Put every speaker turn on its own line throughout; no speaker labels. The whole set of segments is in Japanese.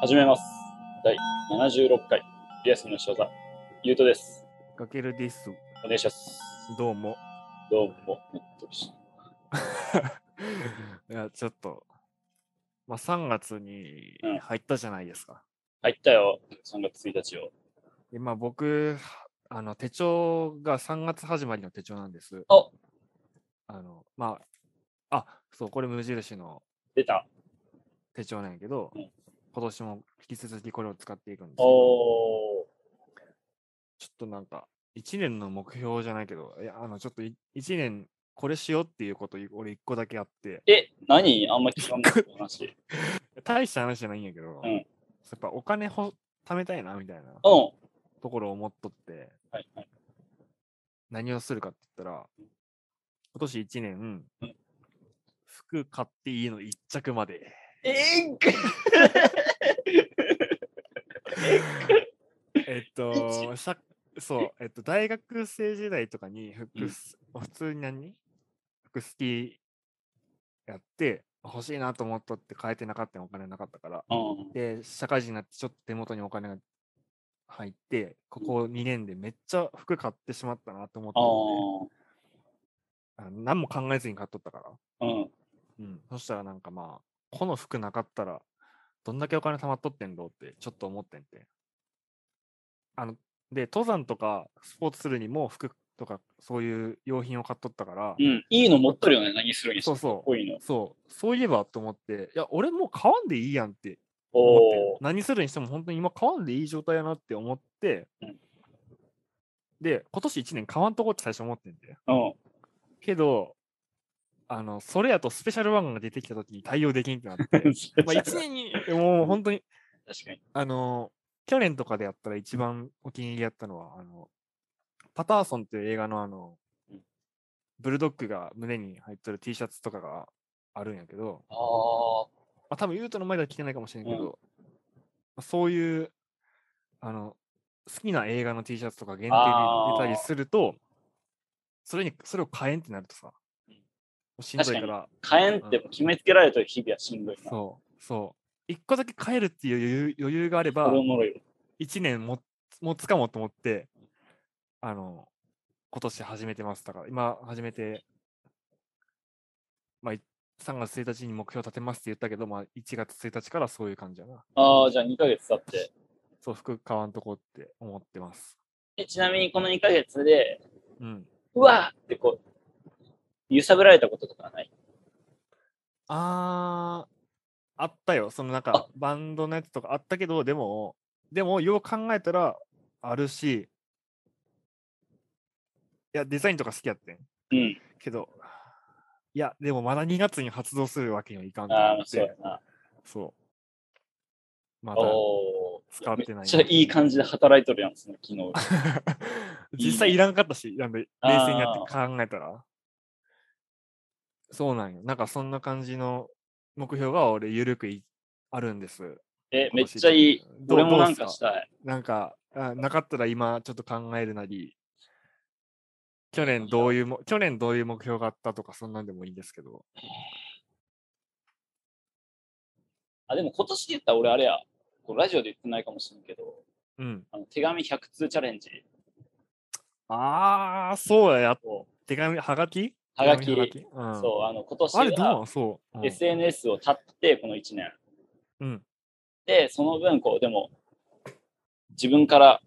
始めます。第76回、リアスの仕業、ゆうとです。
かけるです。
お願いします。
どうも。
どうも、ネットし。
いや、ちょっと、まあ、3月に
うん
入ったじゃないですか。
入ったよ、3月1日を。
で、まあ、僕、あの、手帳が3月始まりの手帳なんです。
あ
あの、まあ、あ、そう、これ無印の
出た。
手帳なんやけど、
うん
今年も引き続きこれを使っていくんですけど、
おー。
ちょっとなんか、1年の目標じゃないけど、いや、あの、ちょっと1年、これしようっていうこと、俺1個だけあって、
え、何あんま聞かんない話。
大した話じゃないんやけど、
うん
やっぱお金ほ貯めたいなみたいな
うん。は
ところを思っとって、
いはい。
何をするかって言ったら、今年1年
うん、
服買っていいの1着 まで。
えっ
えっと、しゃそう、えっと、大学生時代とかに服す、普通に何服好きやって、欲しいなと思っとって買えてなかったよお金なかったから。
うん。
で、社会人になってちょっと手元にお金が入って、ここ2年でめっちゃ服買ってしまったなと思って
あ
た
ー。
んであの何も考えずに買っとったから。
うん。
うん。そしたらなんかまあ、この服なかったら、どんだけお金貯まっとってんろうってちょっと思ってんて。あの、で、登山とかスポーツするにも服とかそういう用品を買っとったから、
うん。いいの持っとるよね、何するにして
そ
も
うそう
かっこいいの。
そう、そういえばと思って、いや、俺もう買わんでいいやんって思って
おー。
何するにしても本当に今買わんでいい状態やなって思って、
うん
で今年1年買わんとこって最初思ってんだよ
うん。
けどあのそれやとスペシャルワゴンが出てきた時に対応できんってなって まあ1年にもう本当に
確かに。
あの去年とかでやったら一番お気に入りやったのはあのパターソンっていう映画のあの
うん
ブルドッグが胸に入ってる T シャツとかがあるんやけど、
ああ。
まあ、多分ユートの前では聞けないかもしれんけ
うん
ど、まあそういう、あの、好きな映画の T シャツとか限定
あー
で出たりすると、それに、それを買えんってなるとさ、も
うん
うしんどいから、
火炎っても決めつけられてる日々はしんどいな。
そう、そう、一個だけ買えるっていう余裕余裕があれば
これ、おもろいよ。
一年も持つかもと思って、あの、今年始めてます。だから、今始めて、まあ、い3月1日に目標立てますって言ったけど、まあ、1月1日からそういう感じやな。
ああ、じゃあ2ヶ月経って。
そう、服買わんとこって思ってます。
えちなみにこの2ヶ月で、
うん。
うわーってこう、揺さぶられたこととかはない
あー、あったよ。そのなん
あ
か、バンドのやつとかあったけど、でも、でも、よう考えたら、あるし、いや、デザインとか好きやってん。
うん。
けど、いや、でもまだ2月に発動するわけにはいかんと
ああ
思、っ
そう
て
や、な。
そう。まだ、
おお。
使ってな
め
い
っちゃいい感じで働いとるやん、その昨日。
実際いらんかったし、なんで冷静になって考えたら。そうなんよ。なんかそんな感じの目標が俺、ゆるくいあるんです。
え、めっちゃいい。
どう
俺もなん
ど
か
うっ
し
す
たい。
なんか、あなかったら今ちょっと考えるなり、去年どういうも、去年どういう目標があったとか、そんなんでもいいんですけど。
あ、でも今年で言ったら俺あれや、こうラジオで言ってないかもしれんけど、
うん。
あの手紙100通チャレンジ。
ああ、そうや、やっ
そ
手紙、はがき
はがき
手紙は
う、
がきうん。
そうあの今年
あれどうな
は
んそう。うん
SNS を立って、この1年。
うん。
で、その分、こう、でも、自分から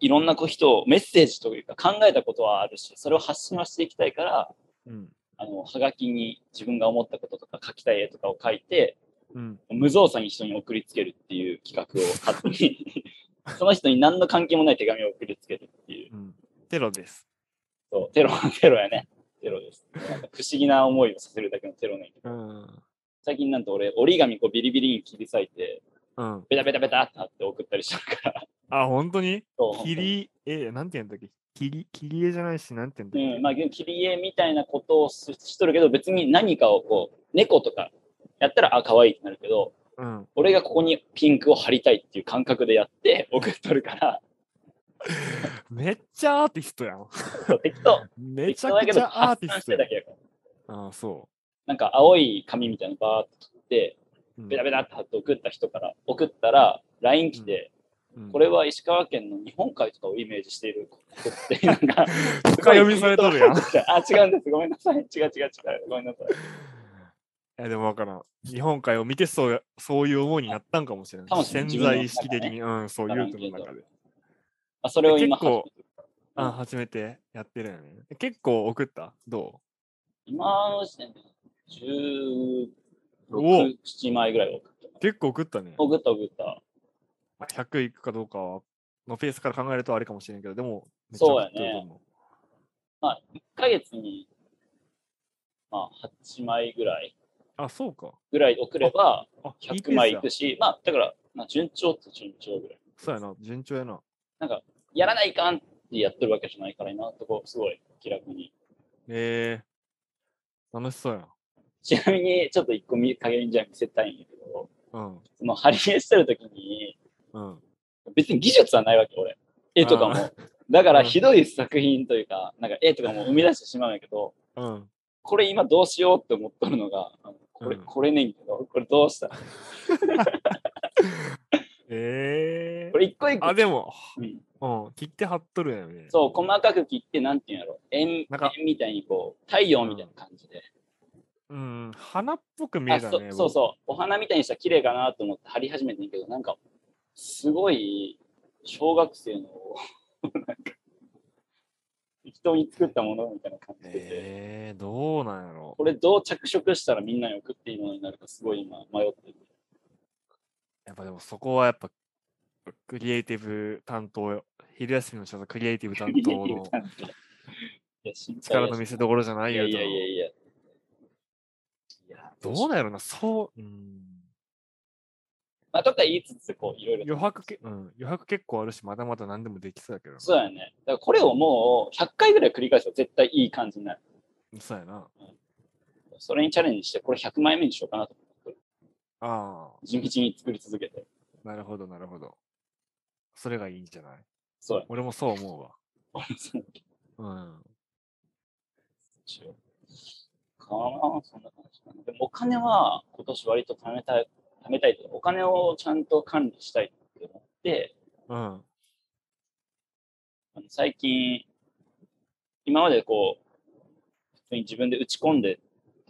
いろんなこう人をメッセージというか考えたことはあるし、それを発信はしていきたいから、
うん。
あの、はがきに自分が思ったこととか書きたい絵とかを書いて、
うん。
無造作に人に送りつけるっていう企画を勝手に、 その人に何の関係もない手紙を送りつけるっていう、
うん。テロです。
そう、テロ、テロやね。テロです。なんか不思議な思いをさせるだけのテロね。
うん。
最近なんと俺、折り紙こうビリビリに切り裂いて、
うん。
ベタベタベタって貼って送ったりしてるから。
あ、本当に
そう本当に
切り絵、なんて言うんだっけ切り、切り絵じゃないし、なんて言うんだ
う
っ
ん、
け、
まあ、でも切り絵みたいなことをししとるけど、別に何かをこう、猫とかやったら、あ、可愛いってなるけど、
うん。
俺がここにピンクを貼りたいっていう感覚でやって 送っとるから、
めっちゃアーティストやん。
そう適当。
め
適
ち
当だ
ゃく
け
ち
ど、
ゃアー
発
ティ
散
ス
して
ト
る
や
だけやから。
ん。あ、そ
なんか青い紙みたいなのバーって切って、
うん
ベタベタって貼って送った人から、送ったら LINE 来て、
うん
これは石川県の日本海とかをイメージしていることって、なんか、
深読みされとるやん。い
あ、違うんです。ごめんなさい。違う違う違う。ごめんなさい。
やでもわからん。日本海を見てそうやそういう思いになったんかもしれない。
かもしれ
潜
ん
在意識的に、うん、そういうの中で。
あ、それを今
結構
初めて
あ、初めてやってるよね。結構送ったど
今の時点で
お
16、7枚ぐらい送った。
う結構送ったね。
送った送った。
まあ100いくかどうかはのペースから考えるとあれかもしれんけど、でも、めっち
そ
ゃ
う
送
や
ってると
ね
思う。
1ヶ月に、まあ、8枚ぐらい、
あ、そうか。
ぐらい送れば、
あ、い
100
いペース
枚い
や
くし、まあ、だから、まあ、順調って順調ぐらい。
そうやな、順調やな。
やらないかんってやってるわけじゃないから、今のとこすごい気楽に。
えー、楽しそうやな。
ちなみに、ちょっと一個見、影にじゃあ見せたいんやけど、
うん、
その、ハリエしてるときに、
うん。
別に技術はないわけ、俺。絵とか
あ
も。だから、
うん
ひどい作品というか、なんか絵とかも生み出してしまうんやけど、
うん。
これ今どうしようって思っとるのが、あのこれ、
うん
これねんけど、これどうしたら
え
これ一個一個。
あ、でも、
うん
うん、切って貼っとるやんね。
そう、細かく切って、なんていうんやろ。円、
なんか
円みたいにこう、太陽みたいな感じで。
うん、花っぽく見
あ
えた
そ
ね。
そうそう。お花みたいにしたら綺麗かなと思って貼り始めてんけど、なんか、すごい、小学生の、なんか、 適当に作ったものみたいな感じで、
えー、どうなんやろ
これどう着色したらみんなに送っていいものになるか、すごい今迷ってる。
やっぱでもそこはやっぱ、クリエイティブ担当よ、昼休みの仕事、クリエイティブ担当
いや
の
いや心配
力
や
の
し
見せ所じゃない
い
よ
や
と。
いやいやいや。いや
ど
し
うなんやろな、そう、うん、
まあ、とか言いつつ、こう、いろいろ。
余白け、うん、余白結構あるし、まだまだ何でもできそうやけどな。
そうやね。だからこれをもう100回ぐらい繰り返すと絶対いい感じになる。
そうやな。
それにチャレンジして、これ100枚目にしようかなと思って。
ああ、
地道に作り続けて。
なるほど、なるほど。それがいいんじゃない
そうやね。
俺もそう思うわ。
俺もそう
うん。
しようかなそんな感じかな。でもお金は今年割と貯めたい、貯めたいというかお金をちゃんと管理したいって思って、
うん。
あの最近、今までこう、普通に自分で打ち込んで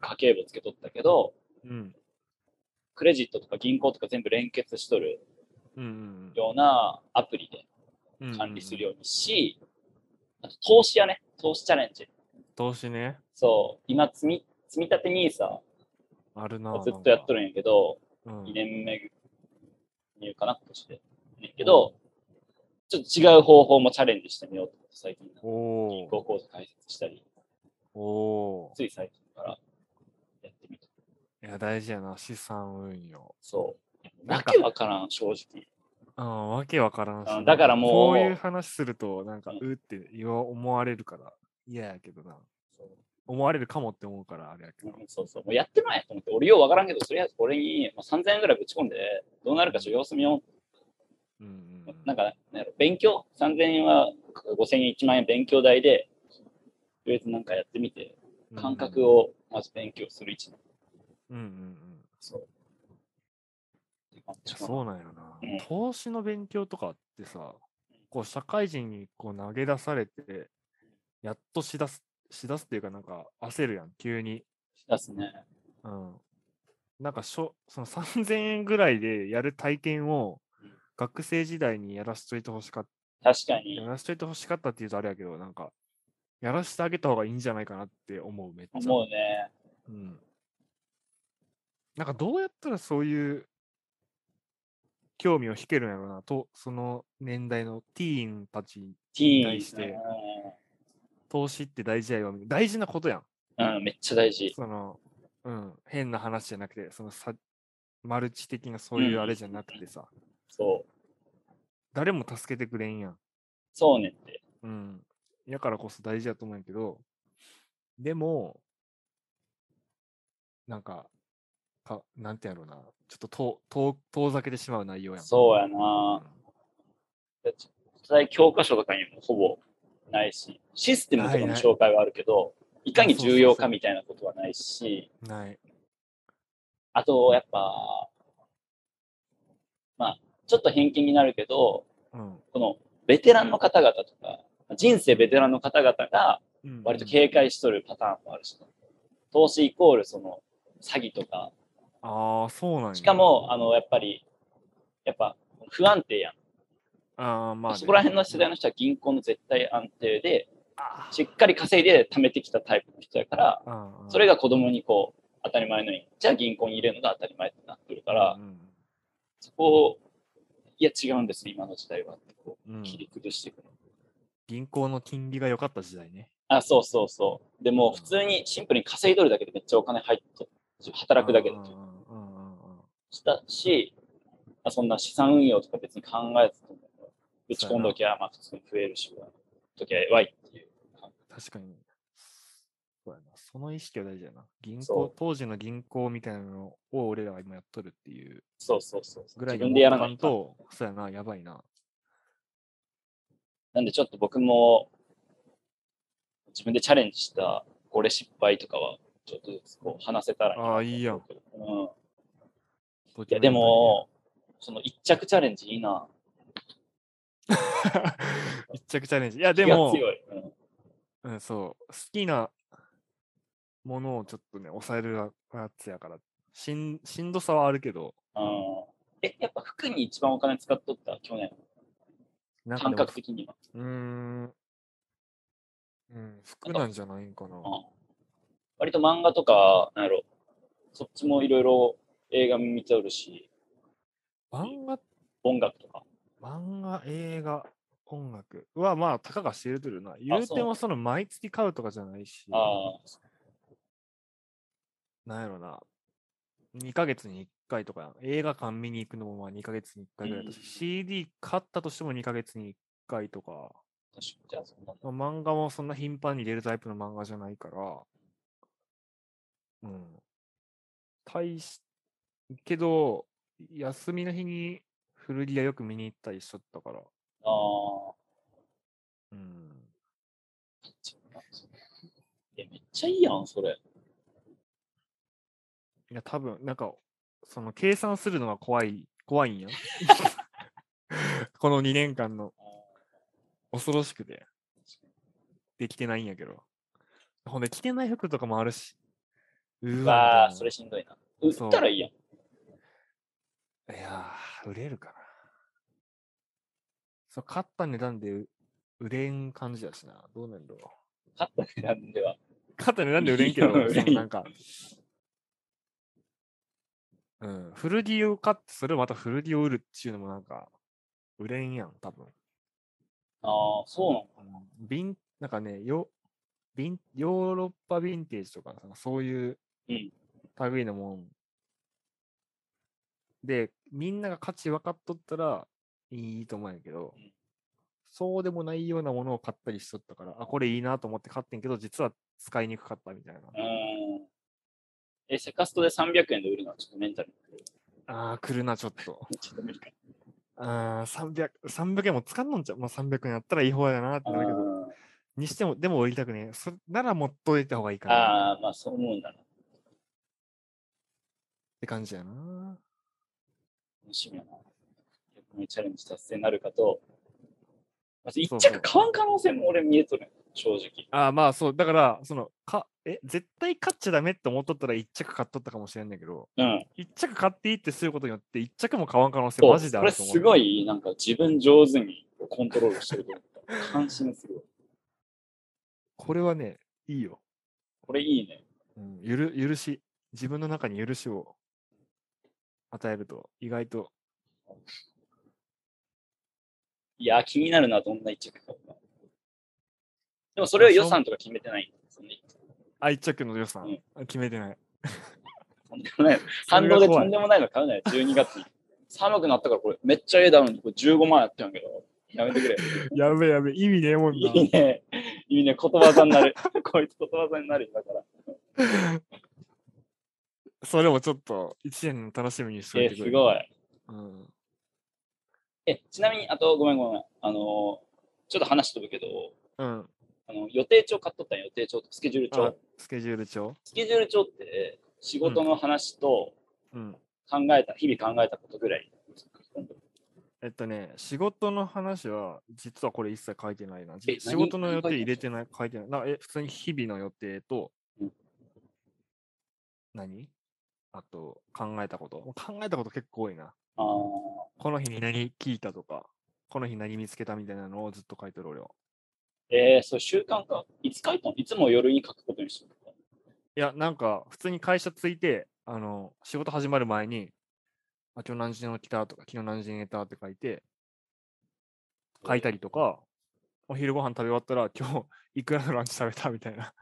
家計簿つけとったけど、
うん。
クレジットとか銀行とか全部連結しとる
うんうん
ようなアプリで
うん。
管理する
よ。
ようにし、あと投資やね、投資チャレンジ。
投資ね。
そう、今積み、積み立て NISA
あるな。
をずっとやっと
る。
るんやけど、
うん
2年目入かな、今年で。ねんけど、ちょっと違う方法もチャレンジしてみようと思って、最近。
お
銀行口座開設したり、
お。お
つい最近からやってみた。
ーいや、大事やな。資産運用。
そう。
な
わ
んか
けわからん、正直。
うん、わけわからん
あ
し。
だからもう
こういう話すると、なんか、
うん
うって言わ思われるから、嫌やけどな。
そう
思われるかもって思うから、あれやけど。
うんそうそう。もうやってないと思って、俺ようわからんけど、とりあえずこれに、まあ、3000円ぐらいぶち込んで、どうなるかちょっと様子見よう
うんうんうん。
なんか、なんやろ勉強、3000円は5000円、1万円勉強代で、とりあえずなんかやってみて、
うん
感覚。をまず勉強する位置
うんうんうん。
そう。って感
い
じ
や
かな
そうなんやろな、
うん
投資の勉強とかってさ、こう社会人にこう投げ出されて、やっとしだす、しだすっていうか、なんか焦るやん、急に。
ですね。
うん。なんかしょ、その3000円ぐらいでやる体験を
うん、
学生時代にやらしといてほしかっ
確か
や
に、
らしといてほしかったっていうとあれやけど、なんか、やらしてあげた方がいいんじゃないかなって思う、めっちゃ。
思うね。
うんなんかどうやったらそういう興味を引けるんやろうなと、その年代のティーンたちに
ティーン
対して投資って大事やよ、み大事なことやん。
うん、うんめっちゃ大事。
その、うん、変な話じゃなくて、そのさマルチ的なそういうあれじゃなくてさ、
そう。
誰も助けてくれんやん。
そうねって。
うん。やからこそ大事やと思うんやけど、でも、なんか、かなんてやろうな、ちょっととと遠ざけてしまう内容やん。
そうや
う。
なん実際教科書とかにもほぼないし、システムとか
ない
の
ない
紹介はあるけど、いかに重要かみたいなことはないし、
ない。
あと、やっぱ、ちょっと偏見になるけど、
うん。
このベテランの方々とか、人生ベテランの方々が
うん
割と警戒しとるパターンもあるし、投資イコールその詐欺とか、
ああ、そうなんや。
しか、も、あの、やっぱり、やっぱ不安定やん。
ああ、まあ、
そこら辺の世代の人は銀行の絶対安定で、
あ
しっかり稼いで貯めてきたタイプの人やから、
あ
それが子供にこう、当たり前のように、じゃあ銀行に入れるのが当たり前ってなってるから、
うん
そこを、いや違うんです、今の時代はってこ
うんう
うん切り崩していくの。
銀行の金利が良かった時代ね。
あ、そうそうそう。でも、普通にシンプルに稼いどるだけでめっちゃお金入っと働くだけだ
うん
と
うんうんうんうん
したし、あそんな資産運用とか別に考えずに、打ち込んどきゃ、まあ普通に増えるし、ときゃ弱いっていう。
確かに。そうやな。その意識は大事やな。銀
そ
行、当時の銀行みたいなのを俺らが今やっとるっていう
そうそうそう。
ぐらい
自
に
分でやらな
持
い
っ
と。
とかんと、そうやな、やばいな。
なんでちょっと僕も、自分でチャレンジしたこれ失敗とかは、ちょっとずつこう話せたらいいなと
あ
思うけ
あ
ど。
いいやん
うん。
ド
い
キュ
や、で
メンタリー
も、その一着チャレンジいいな。
や、一着チャレンジ。いや、で
気が
も、
強い。うん
うん、そう、好きなものをちょっとね、抑えるややつやから、しんしんどさはあるけど、
うんえ、やっぱ服に一番お金使っとった、去年。
なんか
感
でも
覚的には。
うーん、うん、服なんじゃないんかな。
うん割と漫画とか、なんやろ、そっちもいろいろ映画見ておるし、
漫画、
音楽とか。
漫画、映画、音楽はまあ、たかが知れてるな。言う
そ
て
う
も、その毎月買うとかじゃないし、
あ
なんやろな、2ヶ月に1回とかやん、映画館見に行くのもまあ2ヶ月に1回ぐらいだし、
うん
CD 買ったとしても2ヶ月に1回と
あ、
か。
確かに。じゃあ、そんなの。
まあ漫画もそんな頻繁に出るタイプの漫画じゃないから、うん。大し、けど、休みの日に古着屋よく見に行ったりしとったから、
あ
うん。
あ。え、めっちゃいいやん、それ。
いや、多分、なんか、その計算するのが怖い、怖いんや。 この2年間の
あ
恐ろしくて、できてないんやけど。ほんで、着てない服とかもあるし。う
ー
ー
う
わ
わあ、
みたいな
それしんどいな。売ったらいいやん。
いやー、売れるかな。そう、買った値段でう売れん感じやしな。どうなんだろう。
買った値段では。
買った値段で売れんけど、
いいよ
そ
売れん
のなんか、うん、古着を買って、それをまた古着を売るっていうのもなんか、売れんやん、多分。
ああ、そうなの。
ビン、なんかね、ヨビンヨーロッパヴィンテージとか、なんかそういう
うん
類のもん。で、みんなが価値分かっとったらいいと思うんやけど
うん、
そうでもないようなものを買ったりしとったから、あ、これいいなと思って買ってんけど、実は使いにくかったみたいな。
うーん。え、セカストで300円で売るのはちょっとメンタルに来る。
あー、来るな、ちょっと。
ちょっと無理か。
あー、300、300円も使んのんちゃう。まあ、300円あったらいい方やなってなるけど、にしても、でも売りたくねえ。それなら持っといた方がいいかなっ
ああ、まあそう思うんだな。
て感じやな。
楽しみやな。逆にチャレンジ達成なるかと、まず一
そうそう
着買わん可能性も俺見えとる、正直。
ああまあそう、だから、その、か、え、絶対買っちゃダメって思っとったら一着買っとったかもしれんねんけど、
うん。
一着買っていいってすることによって、一着も買わん可能性
そう
マジであると思う。
これすご。い、なんか自分上手にコントロールしてると思った。感心するわ。
これはね、いいよ。
これいいね。
うん、ゆる、許し、自分の中に許しを与えると、意外と、
いや、気になるな、どんな一着買うか。でもそれは予算とか決めてない。そんな
あ、一着の予算、
うん
あ決めてない。
とんでもない。
そ
反
れが
動でと
怖
ん
い
でもないの買うなよ、12月に。寒くなったからこれ、めっちゃええだのに、これ15万やってんやけど、やめてくれ。
やべえやべえ、意味ねえも ん
い
な。
いね。いいね。言葉座になる。 こいつ言葉座になるんだから。
それもちょっと、一年の楽しみにしと
え
い
ー
てく
す
れ。
ごい。
うん。
え、ちなみに、あと、ごめんごめん。あのーちょっと話飛ぶけど、
うん。
あの予定帳買っとったんよ予定帳とスケジュール
あ
帳。
スケジュール帳
スケジュール帳って、仕事の話と
うん。
考えた、日々考えたことぐらい今度
えっとね、仕事の話は、実はこれ一切書いてないな。じ
え
仕
何
事の
何
予
書い
定
てんの
入れてない、書いてない。なえ、普通に日々の予定と、
うん
何あと、考えたこと。もう考えたこと結構多いな。
あ
この日に何聞いたとか、この日何見つけたみたいなのをずっと書いてる俺は。
ーえー、そう、習慣化。いつ書いたのいつも夜に書くことにしてるの
いや、なんか、普通に会社着いて、あの、仕事始まる前に、あ今日何時に起きたとか、昨日何時に寝たって書いて、書いたりとか、お昼ご飯食べ終わったら、今日いくらのランチ食べたみたいな。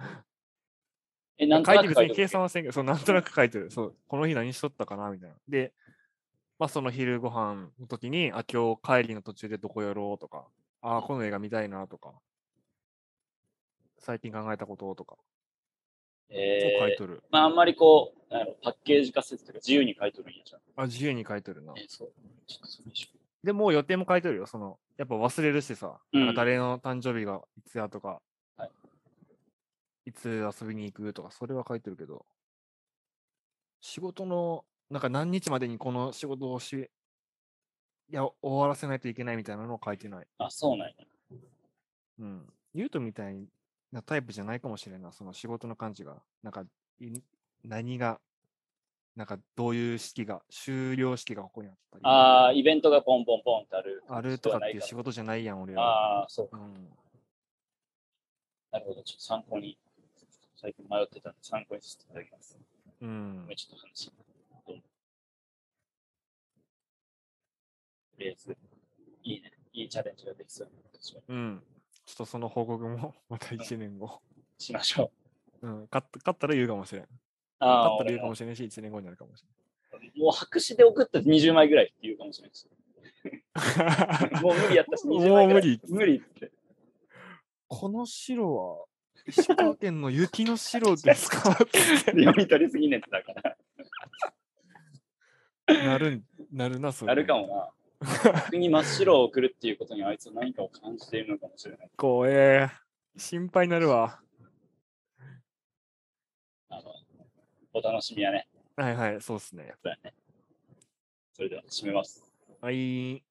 え、なんと
書い
な
て
く
別
書いて
に計
る。
算はせんけど、そう、なんとなく書いてる。そう、この日何しとったかなみたいな。で、まあ、その昼ご飯の時に、あ、今日帰りの途中でどこやろうとか、あ、この映画見たいなとか、最近考えたこととか、を
え
書い
ー、
とる。
まあ、あんまりこう、なんやろパッケージ化せずというか、自由に書いてるんやじゃん。
あ、自由に書いとるな。
えー、そう。ちょっとそれにしよう
で、もう予定も書いてるよ。その、やっぱ忘れるしさ、
うん
なんか誰の誕生日がいつやとか、、
はい
つ遊びに行くとか、それは書いてるけど、仕事の、なんか何日までにこの仕事をし、いや、終わらせないといけないみたいなのを書いてない。
あ、そうなんや。
うん。ゆうとみたいなタイプじゃないかもしれんな、その仕事の感じが。なんか、い何が、なんかどういう式が、終了式がここにあったり、
ああ、イベントがポンポンポンってある。
あるとかっていう
ら
仕事じゃないやん、俺は。
ああ、そう
う
か。
ん、
なるほど。ちょっと参考に、最近迷ってたんで、参考にさせていただきます。
うん
もう、ちょっと話。どうもとりあえず、いいね。いいチャレンジができそうな気がしま
うん。ちょっとその報告も また1年後。
しましょう。
うん、勝っ勝ったら言うかもしれん。
あ
勝
あ、
ったら
俺
言うか
も
もしれんし、1年後になるかもし
もう白紙で送ったら20枚ぐらいって言うかもしれないです。
れん。
もう無理やったし、20
も
枚
う
ぐ
無
らい。
理。
無理って。
この白は、石川県の雪の白ですかって
読み取りすぎねってだから。
なるん、なるな、それ。
なるか。 もな。逆に真っ白を送るっていうことにあいつは何かを感じているのかもしれない。
怖えー。心配になるわ。
あの、お楽しみやね。
はいはい、そうっすね。
それでは、締めます。
はい。